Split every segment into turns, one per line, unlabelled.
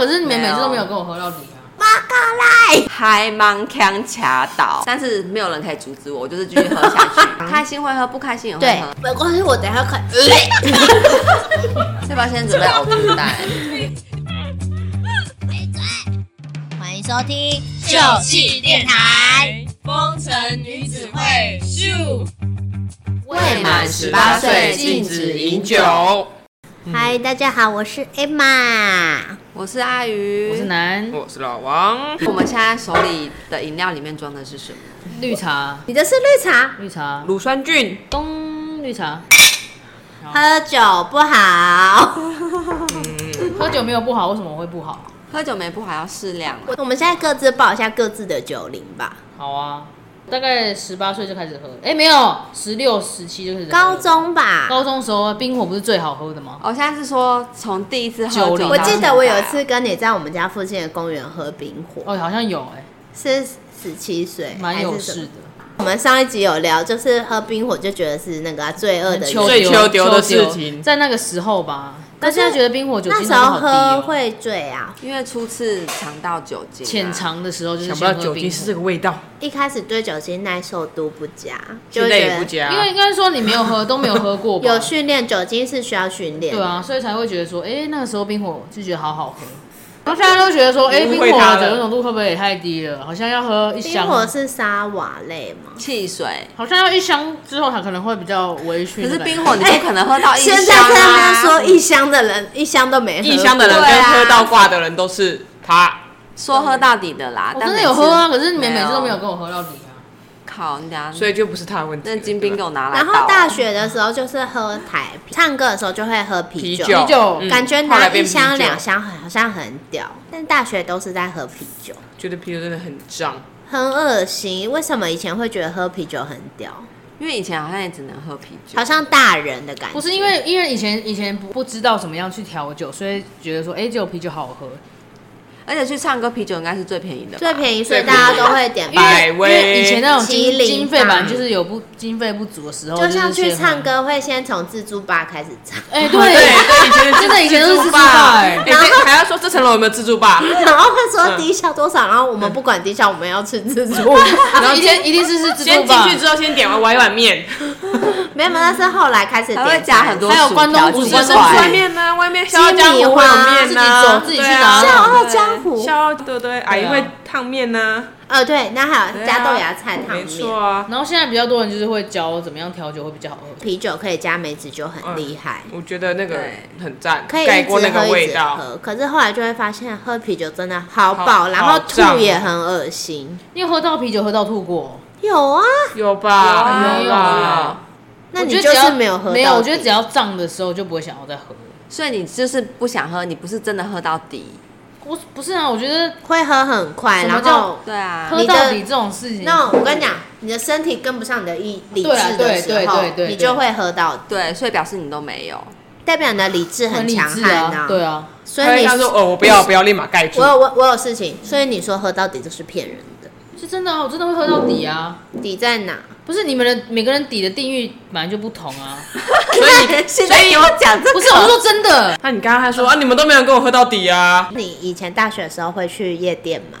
可是你们每次都没有跟我喝到底啊。
还蛮强卡到，但是没有人可以阻止我，我就是继续喝下去，开心会喝，不开心也会
对
喝。，
没关系，我等一下看。
要不要先准备呕吐袋？
欢迎收听
秀气电台，风尘女子会咻。
未满18岁禁止饮酒。
嗨，大家好，我是 Emma。
我是阿
我是
鱼，
男
我是老王，
我们现在手里的饮料里面装的是什么？
绿茶，
你的是绿茶，
绿茶，
乳酸菌。
东绿茶。
喝酒不好。
喝酒没有不好，为什么会不好？
喝酒没不好要适量啊。
我们现在各自报一下各自的酒龄吧。
好啊，大概十八岁就开始喝，哎、没有，十六、十七就开始喝。
高中吧，
高中时候啊冰火不是最好喝的吗？
我现在是说从第一次喝
酒里
酒，
高
我记得我有一次，跟你在我们家附近的公园喝冰火，
哦，好像有、诶，
是十七
哎，
岁还
蛮
是
有
什
事
么？
的。
我们上一集有聊，就是喝冰火就觉得是那个啊罪恶的
很秋
人，
最
丢
秋丢的事情
在那个时候吧。但
可是
现在觉得冰火酒
那
精
时
真的好
候
低哦
喝会醉啊。
因为初次尝到酒精啊，
浅尝的时候，就是
想不到
先喝
酒精
冰
是
火
这个味道，
一开始对酒精耐受度不佳，就
现
会
在
觉
也不
得
加
因。为应该说你没有喝，都没有喝过吧？
啊有训练酒精是需要训练
对
的。
啊，所以才会觉得说，哎、那个时候冰火就觉得好好喝。然后现在都觉得说，哎、
误
冰
会
火
它
的
了
酒精浓度会不会也太低了？好像要喝一
冰
箱，
火是沙瓦类嘛？
汽水。
好像要一箱之后才可能会比较微醺。
可是冰火，你不可能喝到一箱
现
啊。
在在那边说一箱的人一箱都没喝，
异乡的人
对
跟
啊
喝到挂的人都是他，
说喝到底的啦，
我
但
真的
每
有
次
喝啊，可是你们每次都没有跟我喝到底啊。
靠，你等下
所以就不是他的问题了。
嗯那金冰给
对吧
我拿来。啊
然后大学的时候就是喝台啤，唱歌的时候就会喝啤
啤
酒，
酒，
啤酒
嗯
感觉
后来
拿
变
一
啤
箱
酒
两箱好像很屌，但大学都是在喝啤酒，
觉得啤酒真的很胀，
很恶心。为什么以前会觉得喝啤酒很屌？
因为以前好像也只能喝啤酒
好，像大人的感觉。
不是因为因为以前以前不不知道怎么样去调酒，所以觉得说，哎、只有啤酒好喝。
而且去唱歌啤酒应该是最便宜的吧。
最便宜，所以
最
大
便宜
家都会点
因为
百
因为以前
威，
那种
麒
经
麟
经费
大
版就是有不经费不足的时候，
就像
是
去
先
唱
喝，
歌会先从自助吧开始唱，
哎、
对
对，
对，以前
真的以 前都是自助吧
吧，哎，这还要说这层楼有没有自助吧？
然后会说低消多少，然后我们不管低消，我们要吃自助。
然后一定一定是是自助
先
吧
进去。之后先点完碗一碗面，
没有，没有那是后来开始
还会
点
加
餐
很多
还有
薯
关东
条
煮
鸡
关东
块
煮
外面呢，外面逍遥江湖会有面呢，
自己走自己去拿
对
笑
啊
傲江湖，
逍遥对对，阿姨会烫面呢，
呃对，那还有
对啊
加豆芽菜汤
没错
面，
啊，
然后现在比较多人就是会教怎么样调酒会比较好喝。
啤酒可以加梅子就很厉害，
嗯
我觉得那个
对
很赞，
可以
盖
一
过
直
那
喝
个
一
味
直
道。
喝。可是后来就会发现喝啤酒真的好
好
饱，然后
好胀
吐
哦
也很恶心。
你有喝到啤酒喝到吐过？
有啊，
有吧？
有啊
啦，
那
我
你
觉得
就
只
是
要
没有喝到底，
没有，我觉得只要胀的时候就不会想要再喝。
所以你就是不想喝，你不是真的喝到底。
我不是啊，我觉得
会喝很快，
什么
然
叫
后
对啊，
喝到底这种事情，
那我跟你讲，你的身体跟不上你的意理
对啊
智的
对
时
对
候
对，对
你
对
就会喝到底，
对，所以表示你都没有。
代表你的理智
很理
强
智
悍
啊，对啊，
所
他
以你
他说哦，我不要不要，立马盖住
我。有我我有事情，所以你说喝到底就是骗人的，
是真的啊，我真的会喝到底啊。
底在哪？
不是你们的每个人底的定义本来就不同 啊，
所 以
现在给我讲这
不是我说真的，
那你刚刚还说啊，你们都没有跟我喝到底啊？
你以前大学的时候会去夜店吗？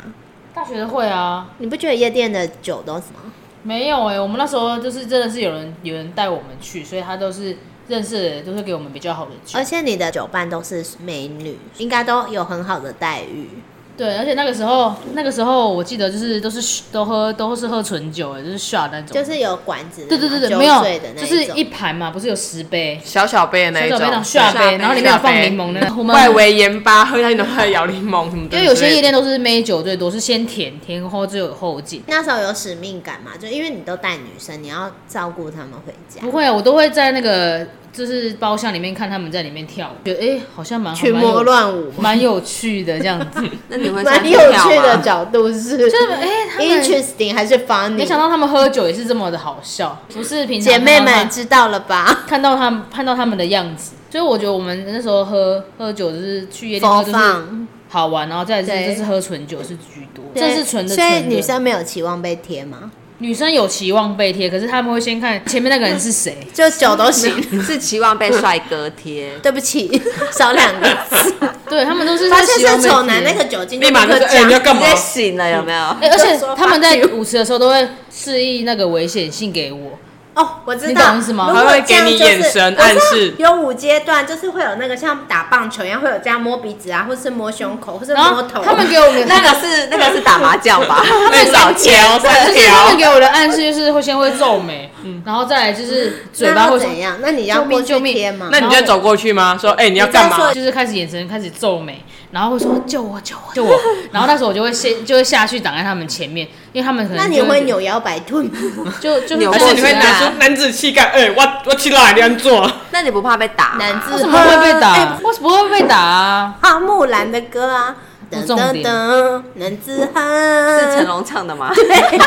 大学会啊，
你不觉得夜店的酒都是吗？
没有哎、我们那时候就是真的是有人有人带我们去，所以他都是认识的人都是给我们比较好的酒
而。且你的酒伴都是美女，应该都有很好的待遇。
对，而且那个时候那个时候我记得就是都是都喝都是喝纯酒哎、就是 shot 那种，
就是有管子
对
的嘛，
对对对，
酒
没有
醉的，那
就是
种
一盘嘛，不是有十杯，
小小杯的那
小
一
小杯那
种
种，下
下
杯，
杯
然后里面有放
下杯
柠檬的那种，我 们
外围盐巴，喝下去的话摇柠檬什么的。
因为有些夜
所以
店都是妹酒最多，是先甜甜后最有后劲。
那时候有使命感嘛，就因为你都带女生，你要照顾她们回家
不。会啊，我都会在那个就是包厢里面看他们在里面跳舞，觉得哎、好像蛮
群
蛮有
魔乱舞嘛，
蛮有趣的这样 子，
那你会
蛮
上去
有趣
跳
的
吗？
角度是，
啊就是哎、他们。
interesting 还是 funny？
没想到他们喝酒也是这么的好笑，不是平常
姐妹
看到他
们知道了吧？
看到他们看到他们的样子，所以我觉得我们那时候喝喝酒就是去夜店喝
佛
就是
放，
好玩，然后再来
对
是就是喝纯酒是居多，
对
这是纯的，
所以
纯的
女生没有期望被贴吗？
女生有期望被贴，可是他们会先看前面那个人是谁。
就酒都行。，
是期望被帅哥贴
对不起，少两个 字。
对他们都是
发现
希望被
是丑男，
贴
那个酒精
立马就是哎、你要干
直
嘛？
接醒了有没有？
哎、而且
就说
他们在舞池的时候都会示意那个危险性给我，
哦，我知
你
道，
懂意思吗
如果
他会给
这样
你
就是
眼神
我知道
暗示
有五阶段，就是会有那个像打棒球一样，会有这样摸鼻子啊，或是摸胸口，或是
然
摸
后
头。
他们给我们
那个是那个是打麻将 吧？
那少条三
就是他们
条，
给我的暗示就是会先会皱眉，嗯然后再来就是嘴巴
那要
会说
怎样？那你要
救命
过去
救命
贴吗？
那你就走过去吗？说哎、你要干嘛？
就是开始眼神开始皱眉，然后会说救我救我救我，然后那时候我就会先就会下去挡在他们前面，因为他们可能
那你
就
会扭腰摆臀吗？
就就
扭
而
就是
且你会拿出男子气概，哎、我我起来，你安坐。
那你不怕被打？
男
为
字
什 么会被
哎
打？为什么会被打啊？
花木兰的歌啊，
不
噔
重
噔
点
噔，男子
是成
汉，
龙唱的吗？
噔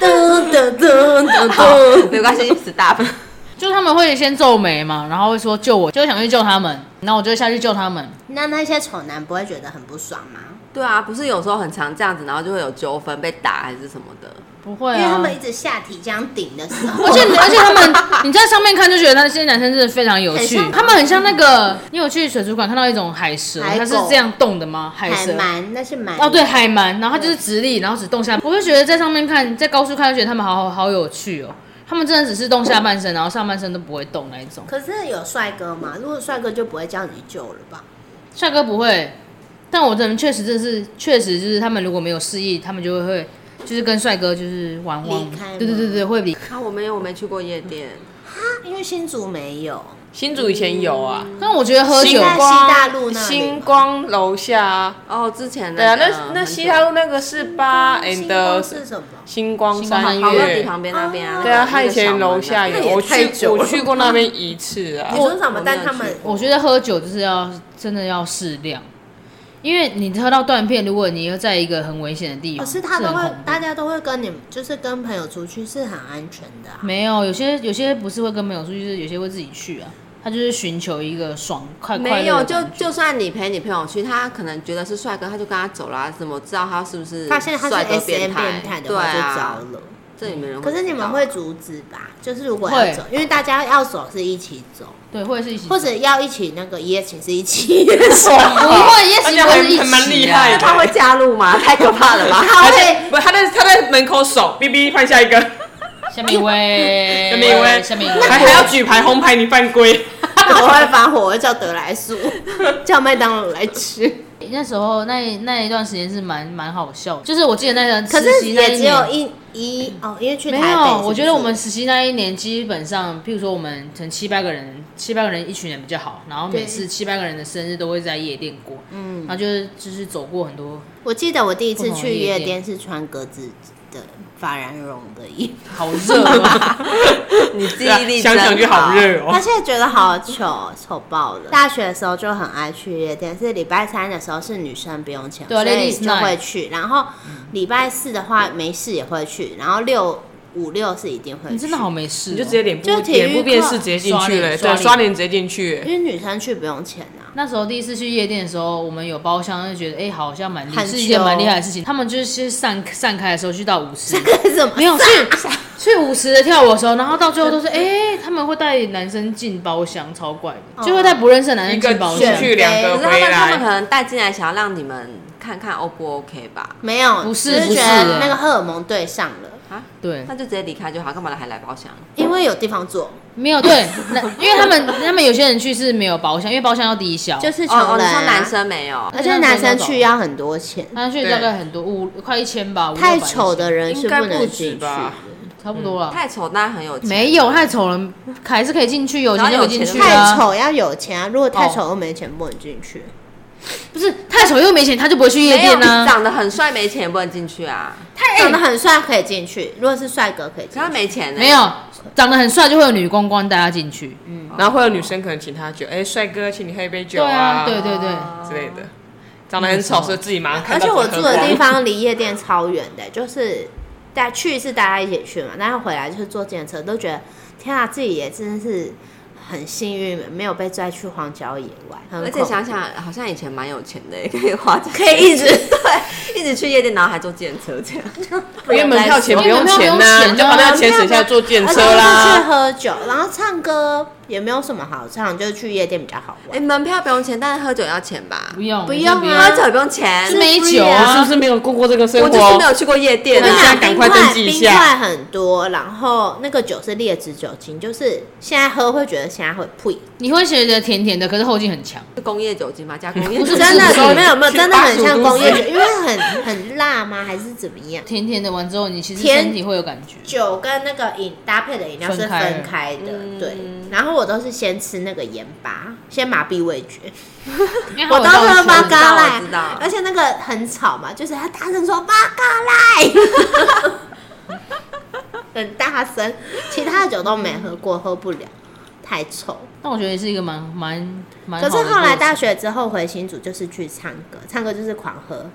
噔噔噔噔。
没关系，stop。
就他们会先皱眉嘛，然后会说救我，就会想去救他们，然后我就会下去救他们。
那那些丑男不会觉得很不爽吗？
对啊，不是有时候很常这样子，然后就会有纠纷，被打还是什么的。
不会
因为他
啊，
们一直下体这样顶的时候，
而且而且他们，你在上面看就觉得那些男生真的非常有趣
很，像
他们很像那个，你有去水族馆看到一种海蛇，
海
它
狗
是这样动的吗？海
海
蛇。
蛮那是蛮
哦，对，海鳗，然后它就是直立，然后只动下，我就觉得在上面看，在高速看，就觉得他们好好好有趣哦。他们真的只是动下半身，然后上半身都不会动那一种。
可是有帅哥嘛？如果帅哥就不会叫你救了吧？
帅哥不会，但我这人确实真的是，确实就是他们如果没有示意，他们就会会就是跟帅哥就是玩玩
离开吗，
对对对对，会离。
啊，我没有，我没去过夜店。
因为新竹没有，
新竹以前有啊，
但我觉得喝
星
酒
在
光
西大路那里
星光楼下啊。
哦，之前
对啊，那那
很
西
久
大路那个是八 and
星光是
the
什么？
星光三
好乐迪
月，
旁边那边啊。
对啊，
他
他以前楼下
那
有，
也
我
太
去
久了
我去过那边一次啊
你。说什么？
我没有
但他们
去
我觉得喝酒就是要真的要适量，因为你喝到断片，如果你又在一个很危险的地
可
方，
哦是他
很
都
恐
会
怖，
大家都会跟你们，就是跟朋友出去是很安全的
嗯
啊、
没有，有些有些不是会跟朋友出去，就是有些会自己去啊。他就是寻求一个爽快快
没
乐
有，
的
就
感觉。
就算你陪你朋友去，他可能觉得是帅哥，他就跟他走啦、怎么知道他是不是
发现他是
帅哥
S M
态？
变态的
对
话就
啊
糟，了。
这里没人。
可是你们会，阻止吧？就是如
嗯
果
会
要走，因为大家要走是一起走，
对，或者是一起，
或者要一起那个也请是一起走。
不会，也
而
许
且
不
还
是一起、啊，
还蛮厉害的
他会加入 吗？太可怕了 吧！
他
而
会
且不，他在他在门口手，哔哔换下一个，
下面一 位，
下面一位，
下面一
还还
位，
要举牌红牌，你犯规。
那我会发火，我会叫德 来素，叫麦当劳来吃。
那时候那那一段时间是蛮蛮好笑的，就是我记得那段
可
实
是
习那
也
一
只有
年。
一一哦，因为去台
没
北
有，我
是
觉得
不
我
是
们实习那一年基本上，譬如说我们可能七八个人，七八个人一群人比较好，然后每
对
次七八个人的生日都会在夜店过，嗯，然后就是就是走过很多
我记得我第一
不
次
同的
去
夜
夜
店
店是穿格子的法兰绒的衣服，
好热 啊，
你记忆 力
啊想想就好
真
热
他
哦。
现在觉得好糗，丑爆 了。大学的时候就很爱去夜店，是礼拜三的时候是女生不用钱，
对啊
所以
ladies
就会去。然后礼拜四的话没事也会去，然后六五六是一定会去。
你真的好没事、哦
你就直接脸部
就体育
脸部辨识
课
直接进去了，
刷脸刷
对，
脸
刷脸直接进去
因。为女生去不用钱啊。
那时候第一次去夜店的时候，我们有包厢，就觉得哎、好像蛮厉
很
是一件
秋
蛮厉害的事情。他们就是散散开的时候去到舞池，
怎么
没有去去舞池的跳舞的时候，然后到最后都是哎、他们会带男生进包厢，超怪的，
哦
就会带不认识的男
一
生
个
进包
出
厢。
去，两个
可是他
回
们他们可
来。
能带进来，想要让你们看看 O 不 OK 吧？
没有，
不是
只
不
是
是
觉
欸
得那个荷尔蒙对上了，
啊，
对
那，就直接离开就好，干嘛还来包厢？
因为有地方坐，
没有对，那 因为他们他们有些人去是没有包厢，因为包厢要低消，
就是穷人、
哦
啊
哦，你说男，生没有？
而且男生去要很多钱，
他去大概很多五快一千吧，五
太
六百
丑的嗯人是
应该不
能
止
进去的
吧。
差不多了。
太丑，但很有钱。
没有太丑了，还是可以进去，有钱就可以进去
太
啊。
丑要有钱啊！如果
哦
太丑又没钱，不能进去。
不是太丑又没钱，他就不会去夜
没
啊
有，
店啊
你
呢、
长得很帅没钱也不能进去啊，
长得很帅可以进去，如果是帅哥可以
可
进
他
去。
没钱呢。
没有，长得很帅就会有女公关带他进去。
然后会有女生可能请他酒，哎，帅哥，请你喝一杯酒
对啊，
啊，
对对对，
之类的。长得很丑，所以自己马上看
而
到
且
就
我
喝
住
光。
的地方离夜店超远的、就是大去是大家一起去嘛，但是回来就是坐电车，都觉得天啊，自己也真是很幸运没有被拽去荒郊野外，很
而且
恐
想
怖
想好像以前蛮有钱的， 可以花，
可以 一直
对，一直去夜店，然后还坐电车这样。
因为门票钱不用钱
因
呐、
为门票不用钱啊
你就把那个钱省下来坐电
而
车
且就是去
啦。
喝酒，然后唱歌也没有什么好唱，就是去夜店比较好
哎、
玩。
门票不用钱，但是喝酒要钱吧
不？用
不用啊
不
喝酒也不用钱，
是美酒
我是不
啊，
是没有过过这个生
我就
活
是没？有去过夜店
我们
啊。
现在赶快登记一下
冰块很多，然后那个酒是劣质酒精，就是现在喝会觉得现在会呸，
你会觉得甜甜的，可是后劲很强。
是工业酒精吧，加工业
不
酒
是
精
真的
不是
没有没有，
去
真的很像工业
八十
酒，因为很很辣吗？还是怎么样？
甜甜的完之后，你其实
甜
身体会有感觉。
酒跟那个饮搭配的饮料是
分开
分开的，对。然后我都是先吃那个盐巴，先麻痹味觉。
因为它
我
有
都
道
喝
具
我
八嘎
知道我知
来
道，
而且那个很吵嘛，就是他大声说八嘎来，很大声。其他的酒都没喝过，喝不了，太臭。
但我觉得也是一个蛮蛮蛮
可
好的
是
过程。
后来大学之后回新竹，就是去唱歌，唱歌就是狂喝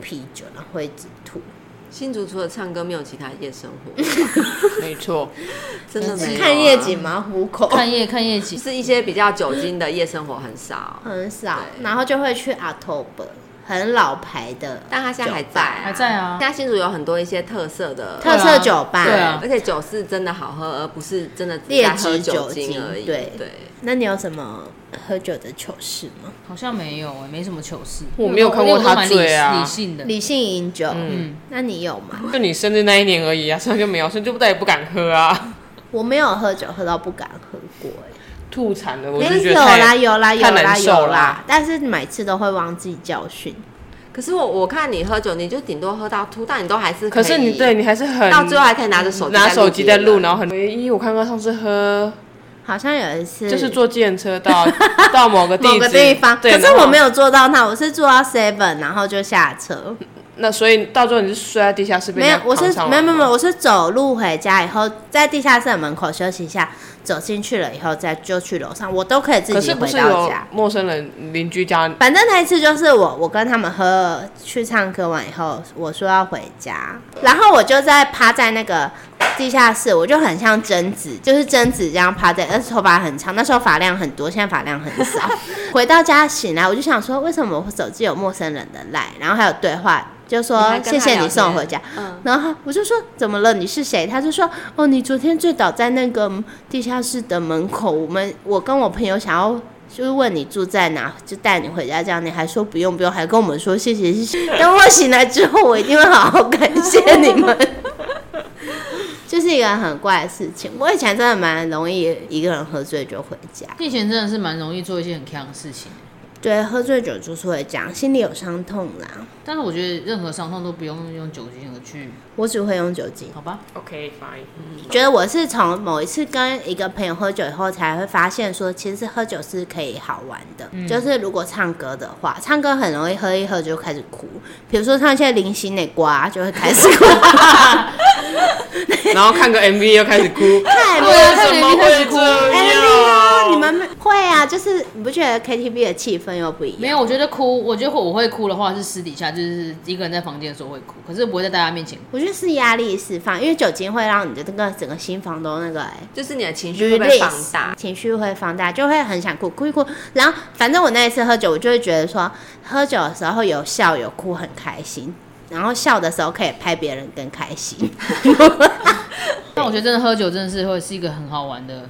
啤酒，然后会一直吐。
新竹除了唱歌，没有其他夜生活，
没错，
真的没有、啊
看夜景？吗？虎口
看夜看夜
就
景，
是一些比较酒精的夜生活很少，
很少，
对
然后就会去 October，很老牌的，
但他现在还在、啊，
还在啊
现在新竹有很多一些特色的，
特色酒吧。
对啊
而且酒是真的好喝，而不是真的只在喝酒精而已。
劣质酒精对
对，
那你有什么喝酒的糗事吗？
好像没有哎、没什么糗事。
我没有看过他醉啊
因为我都蛮理理性的，
理性饮酒，
嗯
嗯，那你有吗？
就你生日那一年而已啊，所以就没有，所以就再也不敢喝啊，
我没有喝酒，喝到不敢喝过、欸，
吐惨了，我就
诶
觉得
有啦
太
有啦有
太
啦
难受
有
啦
啦，但是每次都会忘记教训。
可是我我看你喝酒，你就顶多喝到吐，但你都还是
可是
以
你对你还是很
到最后还可以拿着手机
拿手机在录，然
呢。
嗯
后很唯一我看过上次喝
好像有一次
就是坐电车 到到某个地址
嗯某个地方，
对，
可是我没
有。
有坐到那，我是坐到 Seven，然后就下车。
那所以到最后你是摔在地下室被
没
人
有
家，
我
扛
是
上来
没有没有没有，
吗
我是走路回家以后，在地下室的门口休息一下，走进去了以后再就去楼上，我都可以自
可
己
是不
回
是
到
有
家。
陌生人邻居家
反正那一次就是我，我跟他们喝去唱歌完以后，我说要回家，然后我就在趴在那个地下室，我就很像贞子，就是贞子这样趴在，但是头发很长，那时候发量很多，现在发量很少。 回到家醒来，我就想说，为什么我手机有陌生人的赖，然后还有对话，就
你
说
还跟
谢
他
谢
聊
你送我
天
回家，
嗯，
然后我就说怎么了？你是谁？他就说哦，你昨天醉倒在那个嗯地下室的门口，我们我跟我朋友想要就是问你住在哪，就带你回家这样。你还说不用不用，还跟我们说谢谢谢谢。等我醒来之后，我一定会好好感谢你们。 就是一个很怪的事情。我以前真的蛮容易一个人喝醉就回家，
以前真的是蛮容易做一些很强的事情，
对，喝醉酒就是会这样，心里有伤痛啦。
但是我觉得任何伤痛都不用用酒精而去，
我只会用酒精。
好吧？
，OK fine，
觉得我是从某一次跟一个朋友喝酒以后，才会发现说，其实喝酒是可以好玩的。就是如果唱歌的话，唱歌很容易喝一喝就开始哭，比如说唱一些零星的瓜啊就会开始哭。
然后看个 MV 又开始哭，
太
对啊
为什么会这
哎呀，
样？
你们没会啊？就是你不觉得 KTV 的气氛又不一样？
没有，我觉得哭，我觉得我会哭的话是私底下，就是一个人在房间的时候会哭，可是不会在大家面前哭。
我觉得是压力释放，因为酒精会让你的那个整个心房都那个、哎
就是你的情绪会被放大。
情绪会放大，就会很想哭，哭一哭。然后反正我那一次喝酒，我就会觉得说，喝酒的时候有笑有哭很开心，然后笑的时候可以拍别人更开心，
但我觉得真的喝酒真的是会是一个很好玩的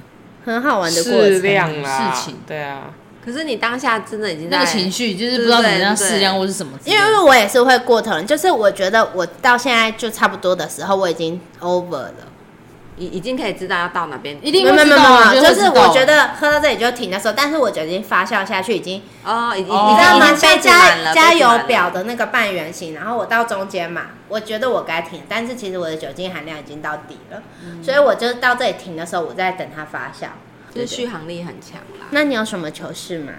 很好玩的过
适
程。
量啦，
事情
对啊，
可是你当下真的已经在
那个情绪，就是不知道怎么样适量或是什么之类
因
的。
为我也是会过头人，就是我觉得我到现在就差不多的时候，我已经 over 了。
已已经可以知道要到哪边，
一定
没有
会
没有
知
没有
道，
没有，就是我觉
会知道
得喝到这里就停的时候，但是我酒精发酵下去已经
哦，已经
哦
你知道吗
已？经
被
被满
加
了
加
被挤满
油
了
表的那个半圆形，然后我到中间嘛，我觉得我该停，但是其实我的酒精含量已经到底了，所以我就到这里停的时候，我在等它发酵。
就是续航力很强啦。
那你有什么糗事吗？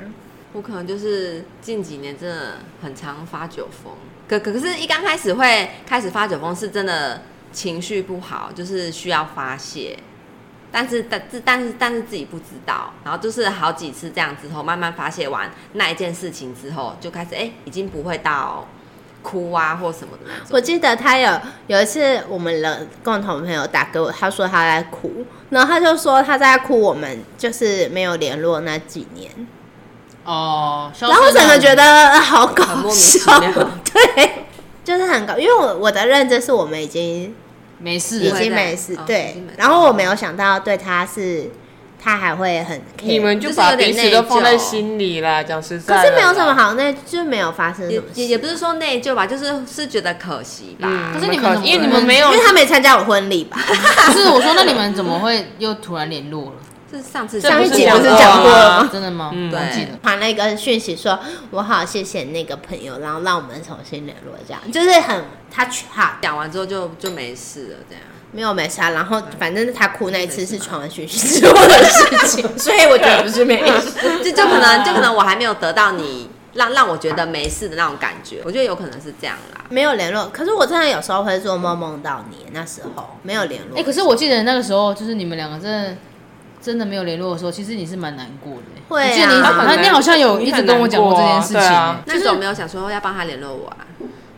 我可能就是近几年真的很常发酒疯，可可可是，一刚开始会开始发酒疯，是真的情绪不好，就是需要发泄，但是但自但是但是自己不知道，然后就是好几次这样之后，慢慢发泄完那一件事情之后，就开始哎、已经不会到哭啊或什么的那种。
我记得他有有一次，我们的共同朋友打给我，他说他在哭，然后他就说他在哭，我们就是没有联络那几年，
哦，消
然后我
失了
整个觉得呃好搞
很莫名其
笑
妙，
对，就是很搞，因为我我的认知是我们已经
没事
已
了，
会
经
的
没事
哦，已
对
经没，事
然后我没有想到对他是他还会很 care，
你们就
就是
把
有点
彼此
内
都放在
疚
心里啦。讲实在
可
的啦，
是没有什么好，那就没有发生什
也
么事，
也也不是说内疚吧，就是是觉得可惜吧。
嗯。
可是你们
可
怎么
因为你们没有
因为他没参加我婚礼吧？
不是我说，那你们怎么会又突然联络了？
这上次啊
这
上
不
一
是
集
讲
不是
过
讲过了
吗
吗？
真的吗？
嗯
忘记了。
传了一个讯息说，我好谢谢那个朋友，然后让我们重新联络，这样就是很他去哈
讲完之后就就没事了，这样。
没有没事啊，然后反正他哭那一次是传完讯息之后的事情，所以我觉得不是没事。
就就可能就可能我还没有得到你让让我觉得没事的那种感觉，我觉得有可能是这样啦。
没有联络，可是我真的有时候会做梦梦到你，那时候没有联络。
哎、可是我记得那个时候，就是你们两个真的真的没有联络的时候，其实你是蛮难过的、欸。
会啊
我记得你
他
很
好像你好像有
难
一直跟我讲过这件事情、
你很难过啊
欸。
那时候没有想说要帮他联络我啊，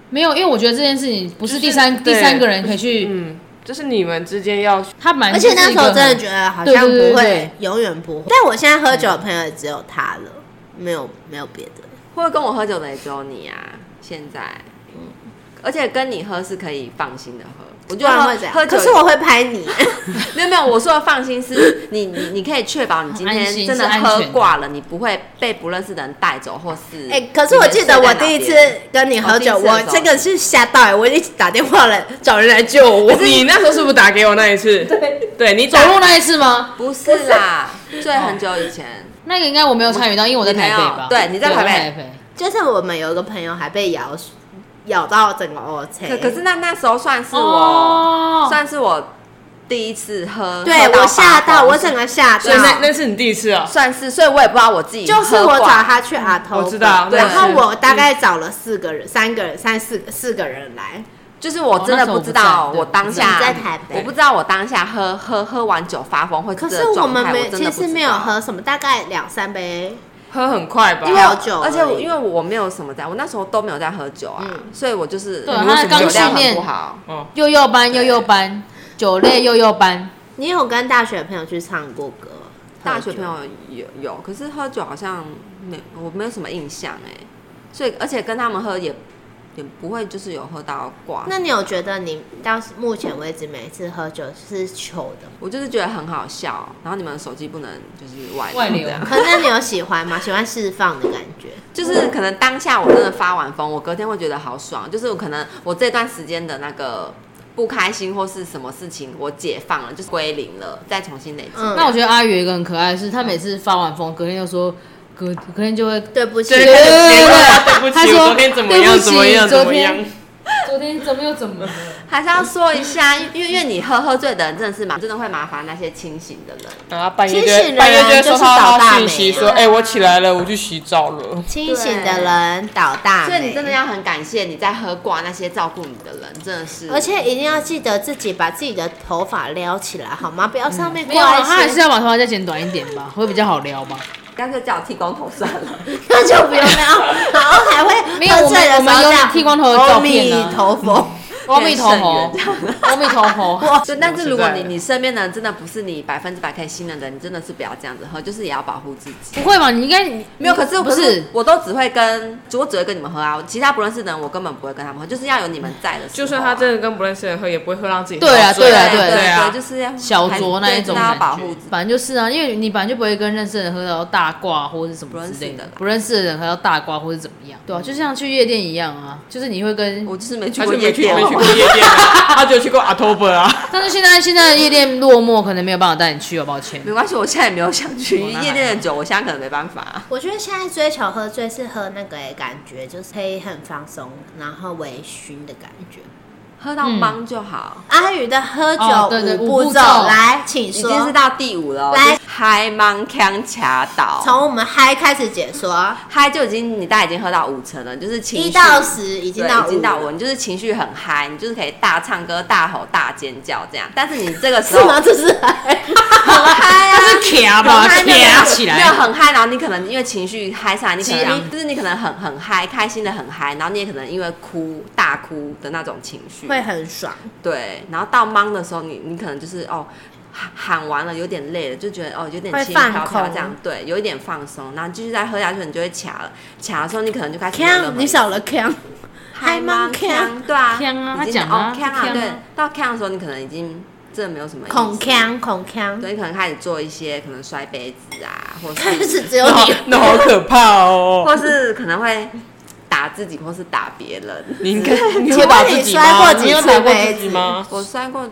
没有，因为我觉得这件事情不是第三、
就是
第三
对
个人可以去，
嗯，就是你们之间要
他蛮
而且那时候真的觉
得
得好
对
像
对对对
不会
对，
永远不会。但我现在喝酒的朋友也只有他了，没有没有别的。
会不会跟我喝酒的也只有你啊？现在，
嗯
而且跟你喝是可以放心的喝。我
不
觉得
然会这
喝
样
喝酒，
可是我会拍 你。
没有没有，我说的放心是你你你可以确保你今
很安
天
心
真的
是安
喝
全的
挂了，你不会被不认识的人带走或是。
哎、可是我记得我第一次跟你喝酒，
哦第一次的时候
我真的是吓到、哎，我一直打电话来找人来救我。
你那时候是不是打给我那一次？对，对你
走
走
路那一次吗？
不是啦，醉很久以前，
那个应该我没有参与到，因为我在台北吧。
你没有对你在
我
台北
台北。
就是我们有一个朋友还被咬咬到整个 O C，
可可是那那时候算是我。
哦
算是我第一次喝，
对
喝发
我吓到，
疯
我整个吓到
所以。那那是你第一次啊？
算是，所以我也不知道我自己
就是
喝啊
我找
挂
他去阿头，
我知道
对
然后我大概找了四个人、三个人、三四个四个人来，
就是我真的不知道
哦那时候我不在对
我当
你
下
在台北
我不知道我当下喝喝喝完酒发疯会
可
这
是
个
我
状态
们没，
真的
其
不知
实
道
没有喝什么，大概两三杯。
喝很快吧
因？为调酒而已嗯
而且我因为我没有什么在，我那时候都没有在喝酒啊，所以我就是
对啊
我
他
酒
刚
量
训
很不
练
好。
幼幼班，幼幼班，酒类幼幼班。
你有跟大学朋友去唱过歌？
大学朋友有有，可是喝酒好像没，我没有什么印象哎、所以而且跟他们喝也也不会就是有喝到挂。
那你有觉得你到目前为止每一次喝酒是糗 的吗？
我就是觉得很好笑，然后你们手机不能就是外
外流
这样。
可是你有喜欢吗？喜欢释放的感觉？
就是可能当下我真的发完疯，我隔天会觉得好爽。就是我可能我这段时间的那个不开心或是什么事情，我解放了，就是归零了，再重新累积。
嗯，
那我觉得阿宇有一个很可爱的是，他每次发完疯，隔天就说，隔隔天就会
对不起，
对
对对
对不
他
起，
说
我昨天怎么样？怎么样？
对不
怎么
起
样？
昨天怎么又怎么了？
还是要说一下，因为因为你喝喝醉的人真的是蛮真的会麻烦那些清醒的人。
然后半夜
清
就
醒的
会
人
半夜就会
就是
收到
找大
他
美
讯息
啊
说，哎，我起来了，我去洗澡了。
清醒的人倒
啊
大
所
霉，
以你真的要很感谢你在喝挂那些照顾你的人，真的是。
而且一定要记得自己把自己的头发撩起来，好吗？不要上面
没有啊，
挂一
他还是
些，
要把头发再剪短一点吧，会比较好撩吧。
干脆叫我剃光头算了。
那就不用撩，然后还会
没有
喝醉的
我们我们有
时候这样
剃光头的照片啊
阿弥陀佛，
阿弥 陀佛，阿弥陀佛。
对，但哦是如
我
果
知道
你
了
你身边的人真的不是你百分之百可以信任的人，你真的是不要这样子喝，就是也要保护自己。
不会吧？你应该
没有，可是
不
可
是
我都只会跟，我只会跟你们喝啊，其他不认识的人我根本不会跟他们喝，就是要有你们在的时候啊。
就算他真的跟不认识的人喝，也不会喝让自己
对啊
喝醉
对啊
对
对
对啊
就是要
小酌那一种
还对真的要
感
保
觉
护自，己。
反正就是啊，因为你本来就不会跟认识的人喝到大挂或者是什么之类的，不认识的人喝到大挂或者怎么样，对啊，就像去夜店一样啊，就是你会跟，
我就是没去
他
过
就没
夜
去
店，
没去过夜店啊，他只有去过 October 啊。
但是现在现在的夜店落寞，可能没有办法带你去哦，抱歉。
没关系，我现在也没有想去
哦那还
夜店的酒，我现在可能没办法。
我觉得现在追求喝醉是喝那个、欸、感觉，就是可以很放松，然后微醺的感觉。
喝到懵就好，
阿宇的喝酒
哦对对
五
五
步
步
骤，
骤
来，请
已经是
说，
到第五了哦，
啊来
就是嗨懵腔卡倒，
从我们嗨开始解说，
嗨就已经你大概已经喝到五成了，就是情绪
一到十已经
对，
到
已经到
五
我，你就是情绪很嗨，你就是可以大唱歌、大吼、大尖叫这样。但是你这个时
是
候
吗？这是嗨
很嗨啊，
它是卡吧，
很嗨那个
卡起
没有
来。
很嗨，然后你可能因为情绪嗨上来，你可
激
能
昂
就是你可能很很嗨，开心的很嗨，然后你也可能因为哭大哭的那种情绪，
会很 爽，
对，然后到懵的时候，你你可能就是哦。喊喊完了，有点累了，就觉得哦，有点
会
轻飘
放
飘
空
这样，对，有一点放松，然后继续再喝下去，你就会卡了。卡的时候，你可能就开始有了
锵，你少了锵，
嗨吗？
腔
腔对啊，
腔啊他
已经
讲啊
哦腔啊，
腔啊
对，到腔的时候你可能已经真的没有什么意思
孔，锵，孔锵，
对，你可能开始做一些可能摔杯子啊，或
开
是
始只有哦你，
那好可怕哦！
或是可能会打自己或是打别人。
你应该你
请
有
问
打
你
自己
摔过
吗？
几
你有
次
打过
杯
自己
子
吗？
我摔过，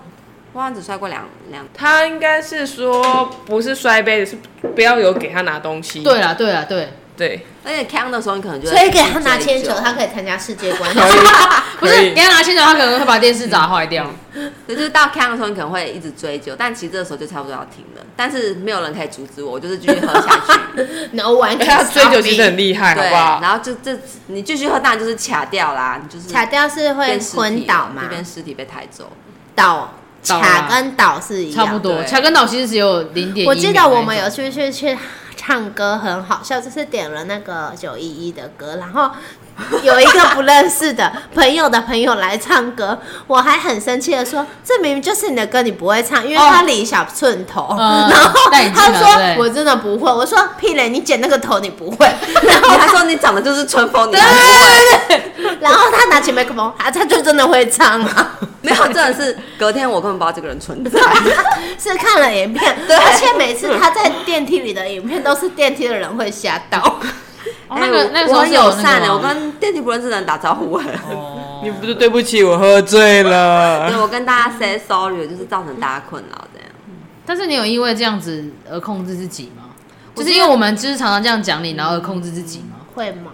我好像只摔过两两，
他应该是说不是摔杯子，是不要有给他拿东西。
对啦，对啦，对，
对，
而且腔的时候你可能就会
所以给他拿
自己追
铅
究
球，他可以参加世界冠
可
军。
以，
不
可
是
以
给他拿铅球，他可能会把电视砸坏掉。
对，就是到腔的时候你可能会一直追究，但其实这个时候就差不多要停了，但是没有人可以阻止我，我就是继续喝下去。
No one
哎他
can
追
stop
求其实很
me。
厉害，好
对，
不好？
然后就这你继续喝，当然就是卡掉啦，你就是
卡掉是会
变尸体
昏倒
了
嘛
这？边尸体被抬走。
倒
倒啊
卡跟倒是一
差不
样。
多，
对
墙跟岛其实只有零点。
我记得我们有去去去唱歌，很好笑，就是点了那个九一一的歌，然后有一个不认识的朋友的朋友来唱歌，我还很生气的说，这明明就是你的歌，你不会唱，因为
哦
他理小寸头，
嗯
然后
戴眼镜
他
嘛对
说
不对
我真的不会，我说屁嘞，你剪那个头你 不会，然后
他说你长得就是春风，你还是
然后他拿起麦克风，啊，他就真的会唱啊，
没有，真的是隔天我根本不知道这个人存在。
是看了影片，而且每次他在电梯里的影片都是电梯的人会吓到。
哦那个
哎
那个时
我
候哦
很
是
友
有那
善
个
的，
吗
我跟电梯不认识的人打招呼哎。
你不是对不起，我喝醉
对，
了。
我跟大家 say sorry，就是造成大家困扰这样。
但是你有因为这样子而控制自己吗？
我
就是因为我们就是常常这样讲你，然后而控制自己吗？
会吗？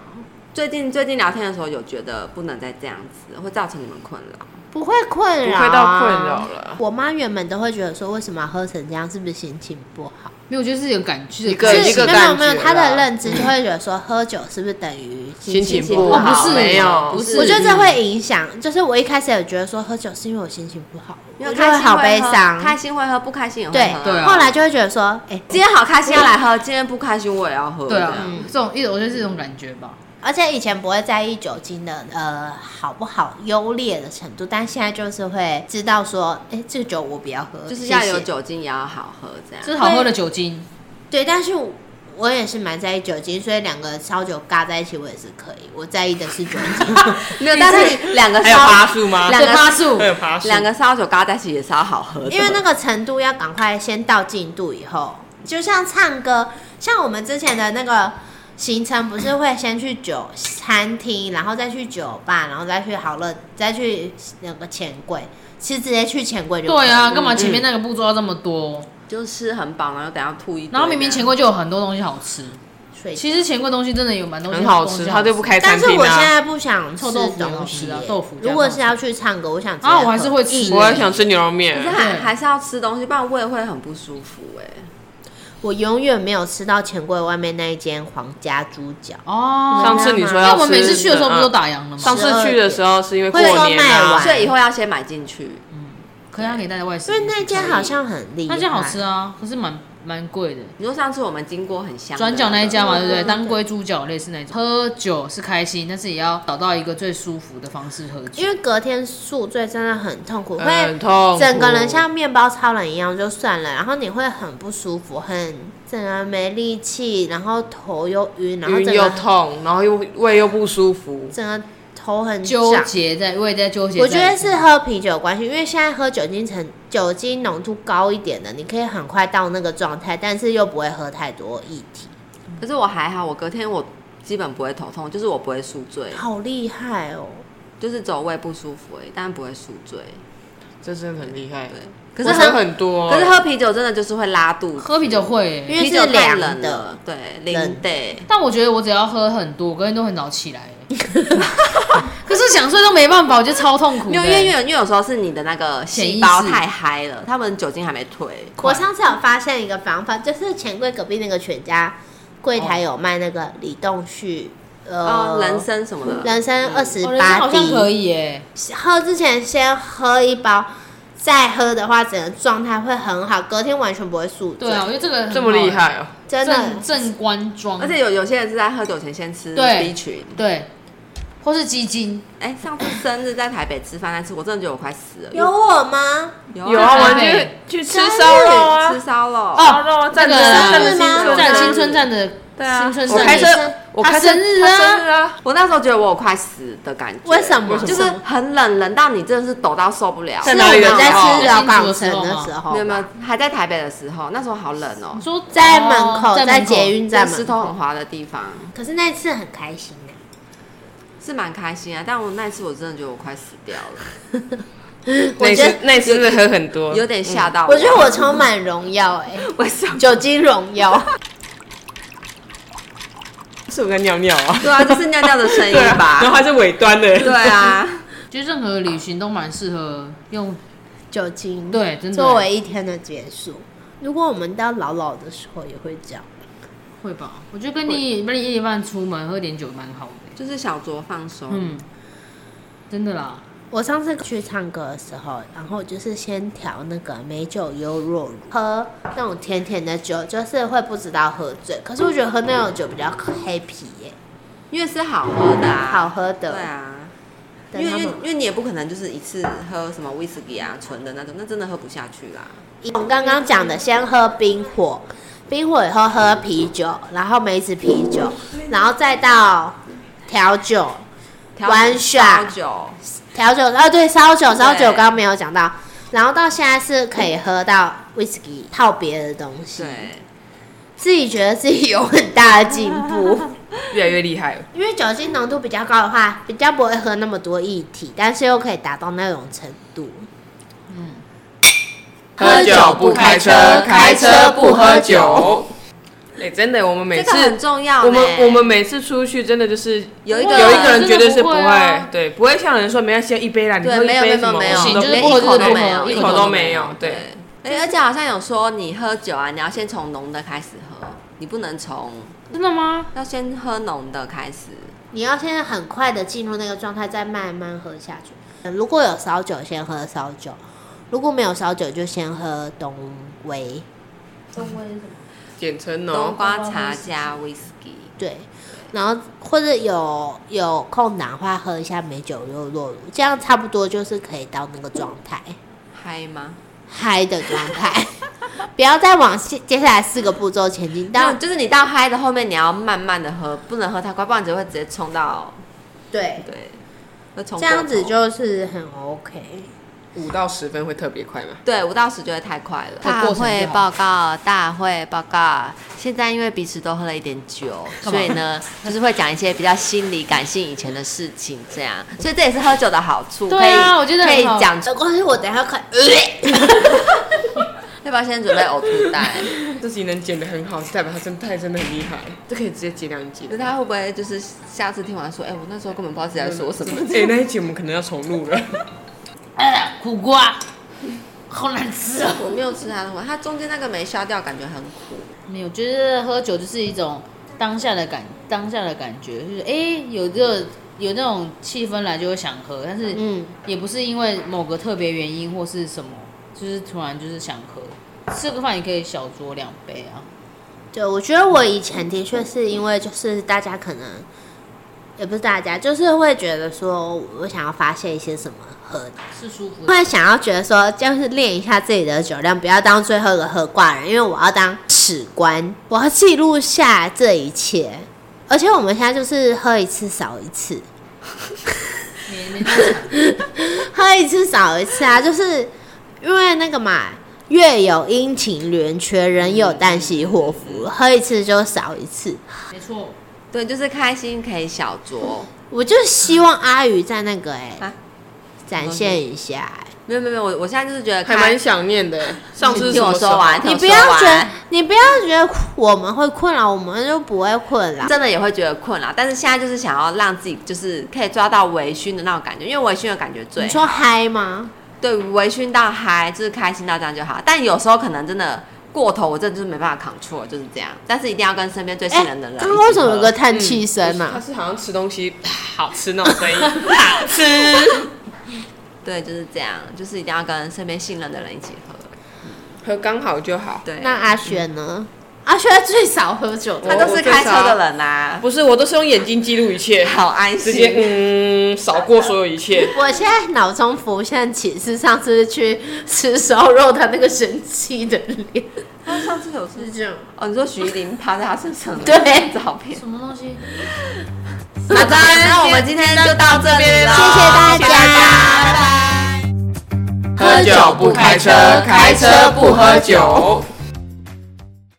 最近最近聊天的时候有觉得不能再这样子，会造成你们困扰。
不会困扰、啊，
不会到困扰了
我妈原本都会觉得说，为什么要喝成这样？是不是心情不好？
没有，就是有感觉，
一个
就是
一个
没有没
感
有，
觉
她
啦
的认知就会觉得说，喝酒是不是等于
心情不
哦，
好，
不是，
没有，
不是，
我觉得这会影响，就是我一开始也觉得说喝酒是因为我心情不好，
因
我
为
就
开
会
心
好悲
喝
伤，
开心会喝，不开心也会
对
喝。
对啊
后来就会觉得说，哎、
今天好开心要来喝，今天不开心我也要喝。
对啊
这样，
这种一种我觉得是一种感觉吧。
而且以前不会在意酒精的呃好不好优劣的程度，但现在就是会知道说，哎、这个酒我不要喝，
就是要
谢
有
谢
酒精也要好喝这样
这。是好喝的酒精，
对，但是我我也是蛮在意酒精，所以两个烧酒尬在一起我也是可以。我在意的是 酒精，
没有，但是两个
还有
烧
爬树吗？
两
对
个
趴树
还，有爬树，
两个烧酒嘎在一起也是要好喝的，
因为那个程度要赶快先到进度以后，就像唱歌，像我们之前的那个。行程不是会先去酒餐厅，然后再去酒吧，然后再去好乐，再去那个钱柜，其实直接去钱柜就可
对
以
嗯
啊，干嘛前面那个步骤要这么多？
就吃很饱，然后等下吐一堆，
然后明明钱柜就有很多东西好吃，
水
其实钱柜东西真的有蛮多东
很
西
好吃，他就不。开餐
嗯但是
厅
我现
啊。
在不想吃
臭豆腐
东西
也好吃啊
耶
豆腐加
如果
豆腐
是要去唱歌，我想直接
啊我还
喝
是会吃
硬
耶
我也想吃牛肉面
可是，还
对
还是要吃东西，不然胃会很不舒服哎、
我永远没有吃到钱柜外面那一间皇家猪脚，
哦，
上次你说
那
要
我们
吃，
每次去的时候不都
嗯
打烊了吗？
上次去的时候是因为过
会有
年
卖
啊
完，
所以以后要先买进去。
可以啊，可以带在外食，
因为那间好像很厉害，
那间好吃啊，可是蛮蛮贵的。
你说上次我们经过很香的
转角那一家嘛，
对
对不对？
对对
当归猪脚类似那种，喝酒是开心，但是也要找到一个最舒服的方式喝酒。
因为隔天宿醉真的很痛苦，
很
会
呃痛苦，
整个人像面包超人一样就算了，然后你会很不舒服，很整个人没力气，然后头又晕，然后
晕
整
又
个
痛，然后又胃又不舒服，
整个头很
纠
胀。
结在，我也在纠结在。
我觉得是喝啤酒有关系，因为现在喝酒精成酒精浓度高一点的，你可以很快到那个状态，但是又不会喝太多液体。
可是我还好，我隔天我基本不会头痛，就是我不会宿醉，
好厉害哦！
就是走胃不舒服而已，但不会宿醉。
这真的很厉害。
可
我
是
喝
喝，
很多，
可是喝啤酒真的就是会拉肚子，
喝啤酒会、
因为
啤酒
是
太
凉
冷
的
了，对，
冷
零得。
但我觉得我只要喝很多，我隔天都很早起来、欸 可是想睡都没办法，我觉得超痛苦的。
因为因为因为因为有时候是你的那个细胞太嗨了，他们酒精还没退。
我上次有发现一个方法，就是钱柜隔壁那个全家柜台有卖那个李栋旭，
哦
呃，，
人参什么的，
人参二十
哦人参
八
好像可
滴，
以耶，
喝之前先喝一包，再喝的话，整个状态会很好，隔天完全不会宿醉。
对啊，我觉得这个很
这么厉害哦、
好，
真的
正正官庄，
而且有有些人是在喝酒前先吃
对
B 群。
对，或是鸡精，
哎、上次生日在台北吃饭那次，我真的觉得我快死了。
有啊我吗？
有
有啊，
在
我
台
们
北
去去吃烧肉啊
吃，烧肉
哦
烧肉啊，
那
站
个
着
啊
站着青
是吗
春
占
啊，
青春站的
对啊，
青春
我
站
开
的
车，我
他
开车
生日
他
啊
生日啊，
我那时候觉得我有快死的感觉，
为什么
就是很冷，冷到你真的是抖到受不了。
在
是
哪
我
里啊哦
们
的
在
时候
吃老港城的时候
你有没
吗，
有还在台北的时候？那时候好冷哦、
你说
在
哦
门口，
在
在
门口
捷运
在
站
石
门
头
口。
很滑的地方
可是那次很开心啊，
是蛮开心啊，但我那次我真的觉得我快死掉了，
我
那
觉得
次那次真的喝很多，
有点吓到我。
嗯我觉得我充满荣耀哎、
为什 么？
酒精荣耀。
是我在尿尿啊，
对啊，这是尿尿的声音
对啊，
吧
然后？还是尾端的，
对啊，
觉得任何旅行都蛮适合用，
酒精，
对真的
作为一天的结束。如果我们到老老的时候也会这样，
会吧？我觉得跟你跟你一点半出门喝点酒蛮好的，
就是小酌放松。
嗯，真的啦，
我上次去唱歌的时候，然后就是先调那个美酒优若乳，喝那种甜甜的酒，就是会不知道喝醉。可是我觉得喝那种酒比较 happy 耶、
因为是好喝的啊，
好喝的。
对啊，因
等
为
他
因为
们
因为你也不可能就是一次喝什么威士忌啊、纯的那种，那真的喝不下去啦。
我们刚刚讲的，先喝冰火，冰火以后喝啤酒，然后梅子啤酒，然后再到调酒，
调
玩耍
烧酒，
调酒啊，对，烧酒，烧酒
对
刚刚没有讲到，然后到现在是可以喝到 whisky 套别的东西，
对，
自己觉得自己有很大的进 步，
越来越厉害了。
因为酒精浓度比较高的话，比较不会喝那么多液体，但是又可以达到那种程度。
喝酒不开车，开车不喝酒。哎、真的，我们每
这
次、
个很重要呢。欸
我们我们每次出去，真的就是
啊有一
有
个
一个人绝对是不
真的不会啊
会，对，不会像人说没关系，一杯啦，你
对
喝一
没有
杯
没
什
有
么，
没有
我
行
们都
就是
不
不喝
喝
就是
口都
不
没
喝，
有，
一
一
口
口
都
都
没
没
有
有，，对。
哎，而且好像有说，你喝酒啊，你要先从浓的开始喝，你不能从
真的吗？
要先喝浓的开始。
你要先很快的进入那个状态，再慢慢喝下去。嗯如果有烧酒，先喝烧酒；如果没有烧酒，就先喝东威。
简称
冬
哦，
瓜茶加 whisky，
对，然后或者有有空档的话，喝一下美酒优酪乳，这样差不多就是可以到那个状态，
嗨吗？
嗨的状态。 不要再往接接下来四个步骤前进，
但
但
就是你到嗨的后面，你要慢慢的喝，不能喝太快，不然只会直接冲到
对，
对，会冲
这样
过头
子就是很 OK。
五到十分会特别快嘛？
对，五到十就会太快了。
会
大
过程
会
就好
报告，大会报告。现在因为彼此都喝了一点酒，
干嘛
所以呢，就是会讲一些比较心理感性以前的事情，这样。所以这也是喝酒的好处，
对啊
可以
我觉得
可以
很好
讲出。
没关系，我等一下看。嗯
要不要先准备呕吐 袋？
自己能剪的很好，代表他真太真的很厉害，这可以直接剪两集
可。是他会不会就是下次听完说，哎、我那时候根本不知道自己在说什 么？
哎、那一集我们可能要重录了。
哎，苦瓜， 好难吃啊！
我没有吃他的话，他中间那个没消掉，感觉很苦。
没有，就是喝酒就是一种当下的感，当下的感觉，就是哎、诶有这个有那种气氛来就会想喝，但是
嗯，
也不是因为某个特别原因或是什么，就是突然就是想喝。吃个饭也可以小酌两杯啊，
对，我觉得我以前的确是因为就是大家可能也不是大家，就是会觉得说我想要发泄一些什么喝
是舒服的。
会想要觉得说，就是练一下自己的酒量，不要当最后一个喝挂人，因为我要当史官，我要记录下这一切。而且我们现在就是喝一次少一次，
没没那么惨
喝一次少一次啊，就是因为那个嘛，月有阴晴圆缺，人有旦夕祸福，喝一次就少一次。
没错，
对，就是开心可以小酌。
我就希望阿宇在那个哎、
啊
展现一下、欸
没有没有没有，我我现在就是觉得
还
开
蛮想念的。上
你
次是什
听
么
我
时候
说完，听
你
我
不
说
要
完
觉得，你不要觉得我们会困扰，我们就不会困扰。
真的也会觉得困扰，但是现在就是想要让自己就是可以抓到微醺的那种感觉，因为微醺的感觉最
你说嗨吗？
对微醺到嗨，就是开心到这样就好。但有时候可能真的过头，我真的就是没办法 control，就是这样。但是一定要跟身边最信
哎，
任的人一起喝。嗯
刚 刚为什么有个叹气声
嗯他
啊？
是好像吃东西好吃那种声音，好吃。
对，就是这样，就是一定要跟身边信任的人一起喝。
喝刚好就好。
对，
那阿轩呢？阿轩最少喝酒的，
他都是开车的人啦、
不是，我都是用眼睛记录一切，
好安
啊直
心。
接嗯扫过所有一切。
我现在脑中浮现起是上次去吃烧肉，他那个生气的脸，
他上次有吃
是这样。
哦，你说徐玲趴在他身上的
对
照片。
什么东西？
好的，那我们今天就到这里了，
谢谢大家
拜拜。
喝酒不开车，开车不喝酒。